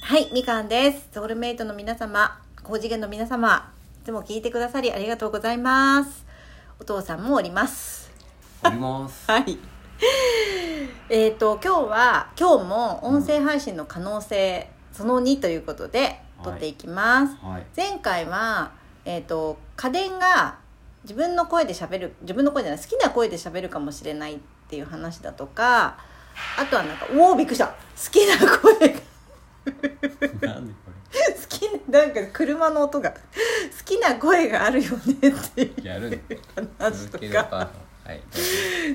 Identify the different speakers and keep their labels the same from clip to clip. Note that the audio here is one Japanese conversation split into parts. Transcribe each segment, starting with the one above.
Speaker 1: はい、みかんです。ソウルメイトの皆様、高次元の皆様、いつも聞いてくださりありがとうございます。お父さんもおります。
Speaker 2: おります。
Speaker 1: はい。 えっ、と、今日は、今日も音声配信の可能性、その2ということで、撮っていきます。
Speaker 2: はい。
Speaker 1: 前回は、えー、と家電が自分の声で喋る自分の声じゃない好きな声で喋るかもしれないっていう話だとかあとはなんか「おおびっくりした好きな声が好
Speaker 2: なんでこ
Speaker 1: きななんか車の音が好きな声があるよね」っていう
Speaker 2: れ。やるの。
Speaker 1: 話と
Speaker 2: 続けるパ
Speaker 1: か
Speaker 2: ートはい。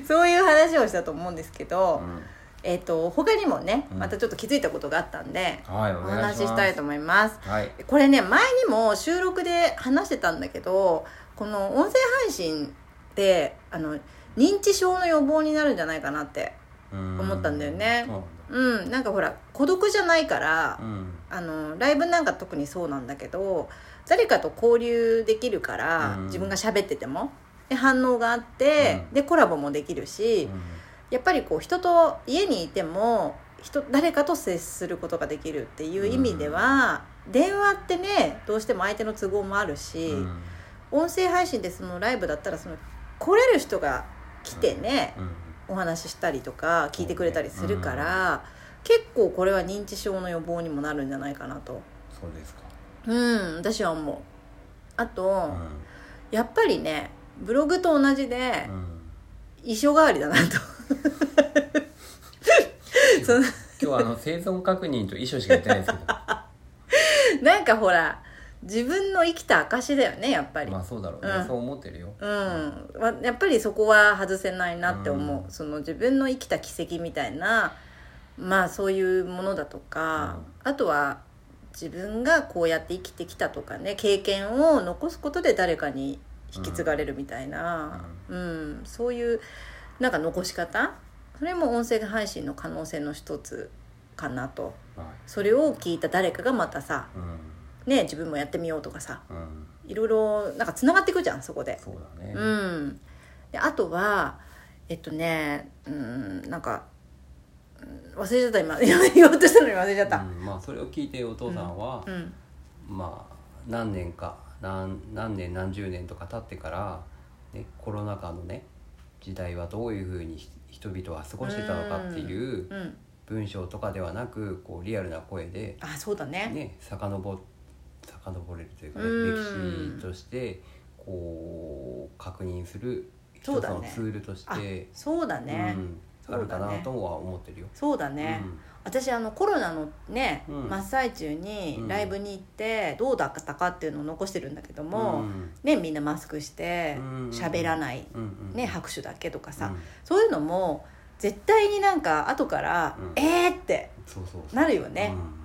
Speaker 1: そういう話をしたと思うんですけど、
Speaker 2: う
Speaker 1: えー、と他にもね
Speaker 2: うん
Speaker 1: またちょっと気づいたことがあったんで、
Speaker 2: んはい、お
Speaker 1: お
Speaker 2: 願い
Speaker 1: 話
Speaker 2: します。
Speaker 1: ししたいと思います。
Speaker 2: はい。
Speaker 1: これね前にも収録で話してたんだけどこの音声配信ってあの認知症の予防になるんじゃないかなって思
Speaker 2: 思
Speaker 1: ったんだよね
Speaker 2: そう
Speaker 1: うんなんかほら孤独じゃないから
Speaker 2: な、ん
Speaker 1: あのライブなんか特にそうなんだけど誰かと交流できるから、
Speaker 2: うん
Speaker 1: 自分が喋っててもで反応があって、
Speaker 2: うん
Speaker 1: でコラボもできるし、
Speaker 2: だ。うん。
Speaker 1: やっぱりこう人と家にいても人誰かと接することができるっていう意味では、電話ってねどうしても相手の都合もあるし、
Speaker 2: うん
Speaker 1: 音声配信でそのライブだったらその来れる人が来てね、
Speaker 2: うん
Speaker 1: お話ししたりとか聞いてくれたりするから、結構これは認知症の予防にもなるんじゃないかなと、
Speaker 2: そうですか。
Speaker 1: うん、私は思う。あと、
Speaker 2: うん
Speaker 1: やっぱりねブログと同じで
Speaker 2: うん
Speaker 1: 衣装代わりだなと。 その
Speaker 2: 今日あの生存確認と衣装しか言ってない んですけ
Speaker 1: なんかほら自分の生きた証だよねやっぱり、
Speaker 2: どまあそうだろう
Speaker 1: う
Speaker 2: ね
Speaker 1: ん
Speaker 2: そう思ってるよ
Speaker 1: うんわやっぱりそこは外せないなって思う、
Speaker 2: うん
Speaker 1: その自分の生きた奇跡みたいなまあそういうものだとか、あとは自分がこうやって生きてきたとかね経験を残すことで誰かに引き継がれるみたいな、うんそういうなんか残し方それも音声配信の可能性の一つかなと
Speaker 2: は
Speaker 1: それを聞いた誰かがまたさ
Speaker 2: いうん
Speaker 1: ね自分もやってみようとかさ
Speaker 2: うん
Speaker 1: いろいろなんかつながっていくじゃんそこで。
Speaker 2: そうだね
Speaker 1: うん、であとはえっとねうんなんかうん忘れちゃった今 言おうとしたのに忘れちゃった。
Speaker 2: うんまあそれを聞いてお父さんは
Speaker 1: うん
Speaker 2: まあ何年か何何年何十年とか経ってから、ね、コロナ禍のね時代はどういうふうにひ人々は過ごしてたのかっていう
Speaker 1: うん、
Speaker 2: 文章とかではなくこうリアルな声で、
Speaker 1: あそうだね
Speaker 2: ね、遡遡れるというか、ね
Speaker 1: うん
Speaker 2: 歴史としてこう確認する
Speaker 1: そう
Speaker 2: 一つ
Speaker 1: だ
Speaker 2: の
Speaker 1: ね
Speaker 2: ツールとし
Speaker 1: あ
Speaker 2: て
Speaker 1: そうだね、
Speaker 2: うん
Speaker 1: そうだね
Speaker 2: あるかなとは思ってるよ。
Speaker 1: そうだね、私あのコロナのね、
Speaker 2: うん
Speaker 1: 真っ最中に
Speaker 2: うん
Speaker 1: ライブに行ってどうだったかっていうのを残してるんだけど
Speaker 2: うん
Speaker 1: も、
Speaker 2: ん
Speaker 1: ねみんなマスクして
Speaker 2: うん
Speaker 1: 喋らない、
Speaker 2: うんうん
Speaker 1: ね、拍手だけとかさ、
Speaker 2: うん
Speaker 1: そういうのも絶対になんか後から
Speaker 2: う
Speaker 1: 「
Speaker 2: ん
Speaker 1: えー!」って
Speaker 2: そうそうそう
Speaker 1: なるよね、
Speaker 2: うん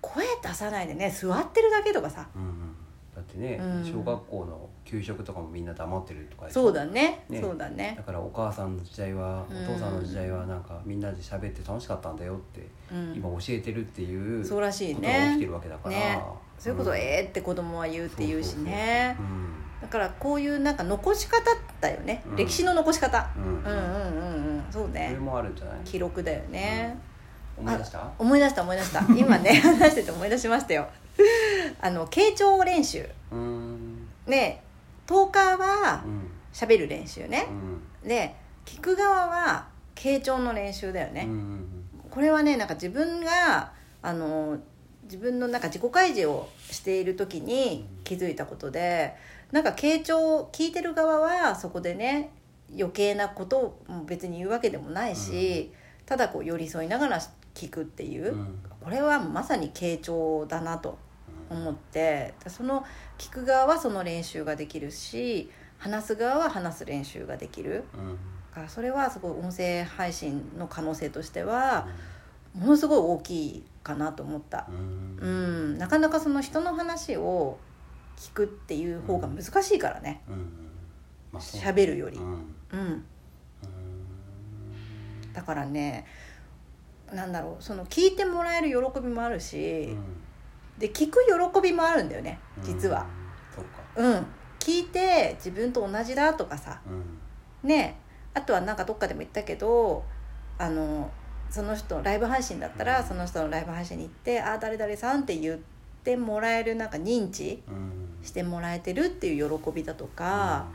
Speaker 1: 声出さないでね座ってるだけとかさ
Speaker 2: うんうんだってね、
Speaker 1: うん
Speaker 2: 小学校の給食とかもみんな黙ってるとかでしょ
Speaker 1: そうだね
Speaker 2: ね
Speaker 1: そうだね
Speaker 2: だからお母さんの時代は、
Speaker 1: うん
Speaker 2: お父さんの時代はなんかみんなで喋って楽しかったんだよって、
Speaker 1: うん
Speaker 2: 今教えてるっていう
Speaker 1: そうらしい
Speaker 2: ことが起きて
Speaker 1: ね
Speaker 2: るわけだから、
Speaker 1: ねそういうことを「
Speaker 2: ん
Speaker 1: えー!」って子供は言うって言うし
Speaker 2: そ
Speaker 1: ね
Speaker 2: うそう
Speaker 1: だからこういうなんか残し方だよね、
Speaker 2: うん
Speaker 1: 歴史の残し方
Speaker 2: そううんうん
Speaker 1: うんうんうんうんそう
Speaker 2: それ
Speaker 1: ね
Speaker 2: もあるんじゃない
Speaker 1: 記録だよね、
Speaker 2: 思い出した
Speaker 1: 思い出した思い出 した今ね話してて思い出しましたよあの傾聴練習
Speaker 2: うーん
Speaker 1: ね10日は
Speaker 2: うん
Speaker 1: 喋る練習ね
Speaker 2: う、ん
Speaker 1: で聞く側は傾聴の練習だよね、
Speaker 2: うんうん
Speaker 1: これはねなんか自分があの自分のなんか自己開示をしている時に気づいたことでなんか傾聴聞いてる側はそこでね余計なことをもう別に言うわけでもないし、ただこう寄り添いながら聞くっていう、
Speaker 2: うん
Speaker 1: これはまさに傾聴だなと思ってその聞く側はその練習ができるし話す側は話す練習ができる
Speaker 2: うんうん
Speaker 1: だからそれはすごい音声配信の可能性としては、ものすごい大きいかなと思った、
Speaker 2: うん
Speaker 1: うんなかなかその人の話を聞くっていう方が難しいからね
Speaker 2: うんうんまあそう
Speaker 1: 喋、るより、
Speaker 2: う
Speaker 1: うん
Speaker 2: ん
Speaker 1: だからねなんだろうその聞いてもらえる喜びもある
Speaker 2: う
Speaker 1: し、
Speaker 2: ん
Speaker 1: で聞く喜びもあるんだよね実は、
Speaker 2: うんそうか
Speaker 1: うん、聞いて自分と同じだとかさ
Speaker 2: うん
Speaker 1: ねあとはなんかどっかでも言ったけどあのその人のライブ配信だったら、
Speaker 2: うん
Speaker 1: その人のライブ配信に行って「ああ誰々さん」って言ってもらえるなんか認知
Speaker 2: うん
Speaker 1: してもらえてるっていう喜びだとか、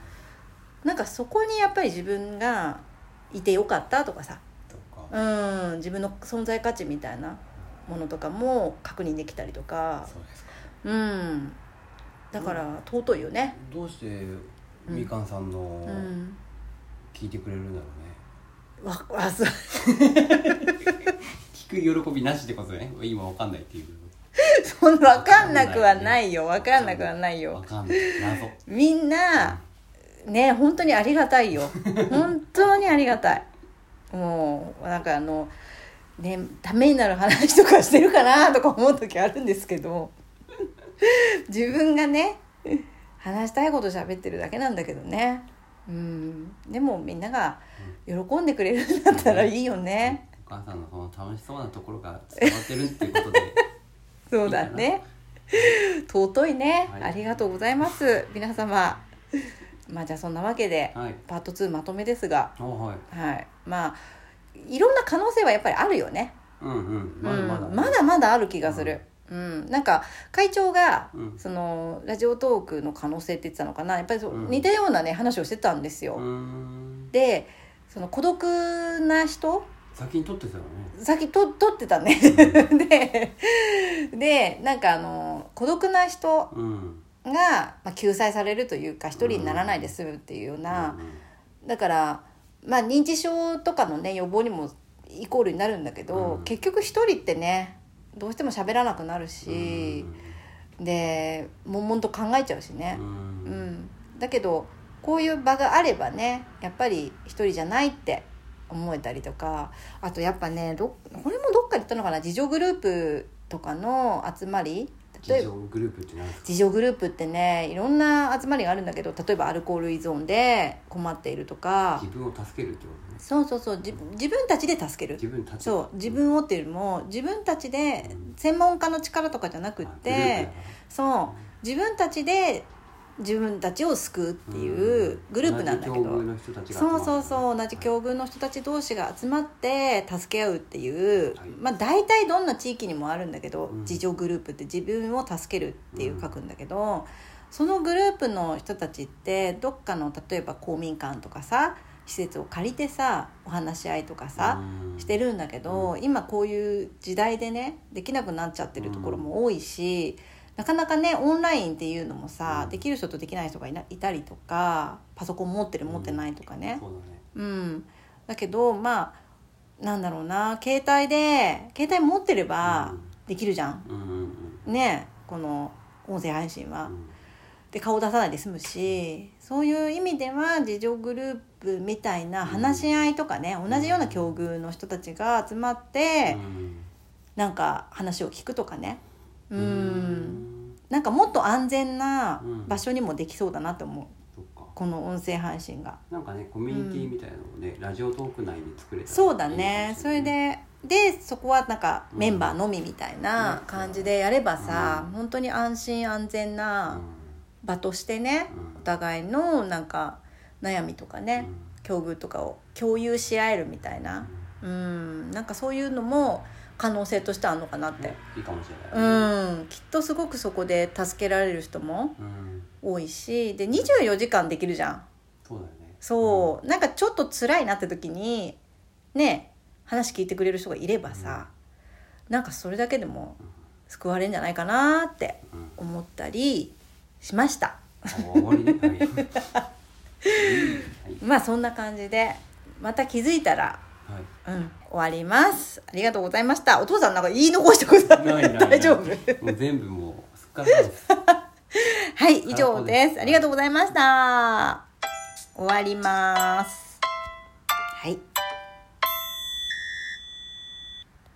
Speaker 1: なんかそこにやっぱり自分がいてよかったとかさ、
Speaker 2: とか
Speaker 1: うん、自分の存在価値みたいなものとかも確認できたりとか
Speaker 2: そうですか
Speaker 1: うんだから尊いよね。
Speaker 2: どうしてみかんさんの
Speaker 1: うん
Speaker 2: 聞いてくれるんだろうね、
Speaker 1: わわそう
Speaker 2: 聞く喜びなしってことね今わかんないっていう
Speaker 1: そんな分かんなくはないよ分かんなくはないよ
Speaker 2: わかんない謎
Speaker 1: みんなね本当にありがたい よ本当にありがたいもうなんかあのねためになる話とかしてるかなとか思う時あるんですけど自分がね話したいこと喋ってるだけなんだけどねうんでもみんなが喜んでくれるんだったらいいよね
Speaker 2: お母さんのこの楽しそうなところが伝わってるっていうこ とで
Speaker 1: そうだね尊いね、
Speaker 2: はい
Speaker 1: ありがとうございます皆様まあじゃあそんなわけで、
Speaker 2: はい
Speaker 1: パート2まとめですが
Speaker 2: あはい
Speaker 1: はい、まあいろんな可能性はやっぱりあるよね。
Speaker 2: うんうん
Speaker 1: う
Speaker 2: まだ
Speaker 1: ん
Speaker 2: まだ、
Speaker 1: まだまだある気がする。うん、なんか会長が、
Speaker 2: うん
Speaker 1: そのラジオトークの可能性って言ってたのかなやっぱりそう、
Speaker 2: うん
Speaker 1: 似たようなね話をしてたんですよ。
Speaker 2: うーん
Speaker 1: でその孤独な人
Speaker 2: 先に撮ってたよね
Speaker 1: 先と撮ってたね。 ででなんかあの孤独な人
Speaker 2: うん
Speaker 1: が、まあ、救済されるというか一人にならないで済むっていうような。
Speaker 2: うんうん
Speaker 1: だから、まあ、認知症とかのね予防にもイコールになるんだけど、
Speaker 2: うん
Speaker 1: 結局一人ってねどうしても喋らなくなるし、で悶々と考えちゃうしね
Speaker 2: う、
Speaker 1: うん
Speaker 2: ん
Speaker 1: だけどこういう場があればねやっぱり一人じゃないって思えたりとかあとやっぱねどこれもどっかで言ったのかな自助グループとかの集まり例え
Speaker 2: 自
Speaker 1: ば
Speaker 2: 助グループって何ですか
Speaker 1: 自助グループってねいろんな集まりがあるんだけど例えばアルコール依存で困っているとか
Speaker 2: 自分を助けるってことね
Speaker 1: そうそうそうじ自分たちで助ける
Speaker 2: 自分たち
Speaker 1: そう自分をっていうよりも自分たちで専門家の力とかじゃなくっ
Speaker 2: あグループ
Speaker 1: て
Speaker 2: だか
Speaker 1: そう自分たちで自分たちを救うって
Speaker 2: ら
Speaker 1: いうグループなんだけ
Speaker 2: 同じ境遇
Speaker 1: ど
Speaker 2: の人たちが集ま
Speaker 1: そ
Speaker 2: る
Speaker 1: うそうそう同じ境遇の人たち同士が集まって助け合うっていう
Speaker 2: はい
Speaker 1: まあ大体どんな地域にもあるんだけど
Speaker 2: うん
Speaker 1: 自助グループって自分を助けるっていう書くんだけどそのグループの人たちってどっかの例えば公民館とかさ施設を借りてさお話し合いとかさ、
Speaker 2: うん
Speaker 1: してるんだけど、今こういう時代でねできなくなっちゃってるところも多いし、なかなかねオンラインっていうのもさ、
Speaker 2: うん
Speaker 1: できる人とできない人がいないたりとかパソコン持ってる持ってないとかね、
Speaker 2: そうだね
Speaker 1: うんだけどまあなんだろうな携帯で携帯持ってれば
Speaker 2: うん
Speaker 1: できるじゃん、
Speaker 2: うんうんうん
Speaker 1: ねこの音声配信は。
Speaker 2: うん
Speaker 1: で顔出さないで済むしそういう意味では自助グループみたいな話し合いとかね、同じような境遇の人たちが集まって、
Speaker 2: うん
Speaker 1: なんか話を聞くとかねうん、
Speaker 2: うん
Speaker 1: なんかもっと安全な
Speaker 2: うん
Speaker 1: 場所にもできそうだなと思う
Speaker 2: そっか
Speaker 1: この音声配信が。
Speaker 2: なんかねコミュニティみたいなのをね、ラジオトーク内に作れたら
Speaker 1: そうだねそれ
Speaker 2: いいかもし
Speaker 1: ででそこはなんか
Speaker 2: うん
Speaker 1: メンバーのみみたいな感じでやればさ、本当に安心安全
Speaker 2: れない
Speaker 1: な
Speaker 2: ね
Speaker 1: 場としてね、
Speaker 2: うん
Speaker 1: お互いのなんか悩みとかね、
Speaker 2: うん
Speaker 1: 境遇とかを共有し合えるみたいなうんなんかそういうのも可能性としてあるのかなっ
Speaker 2: うんね
Speaker 1: て、
Speaker 2: いいかもしれ
Speaker 1: う
Speaker 2: ない、
Speaker 1: んきっとすごくそこで助けられる人も
Speaker 2: うん
Speaker 1: 多いしで24時間できるじゃん
Speaker 2: そうだよね
Speaker 1: そうなんかちょっと辛いなって時にね話聞いてくれる人がいればさなんかそれだけでも救われるんじゃないかなって
Speaker 2: うん
Speaker 1: 思ったりしました。
Speaker 2: あ終わりねはいうんはい
Speaker 1: まあそんな感じでまた気づいたら
Speaker 2: はい
Speaker 1: うん、終わります。ありがとうございました。お父さんなんか言い残したことある
Speaker 2: ないないない
Speaker 1: 大丈夫
Speaker 2: もう全部もうすっからかんです
Speaker 1: はい、以上です。ありがとうございました。終わります。はい。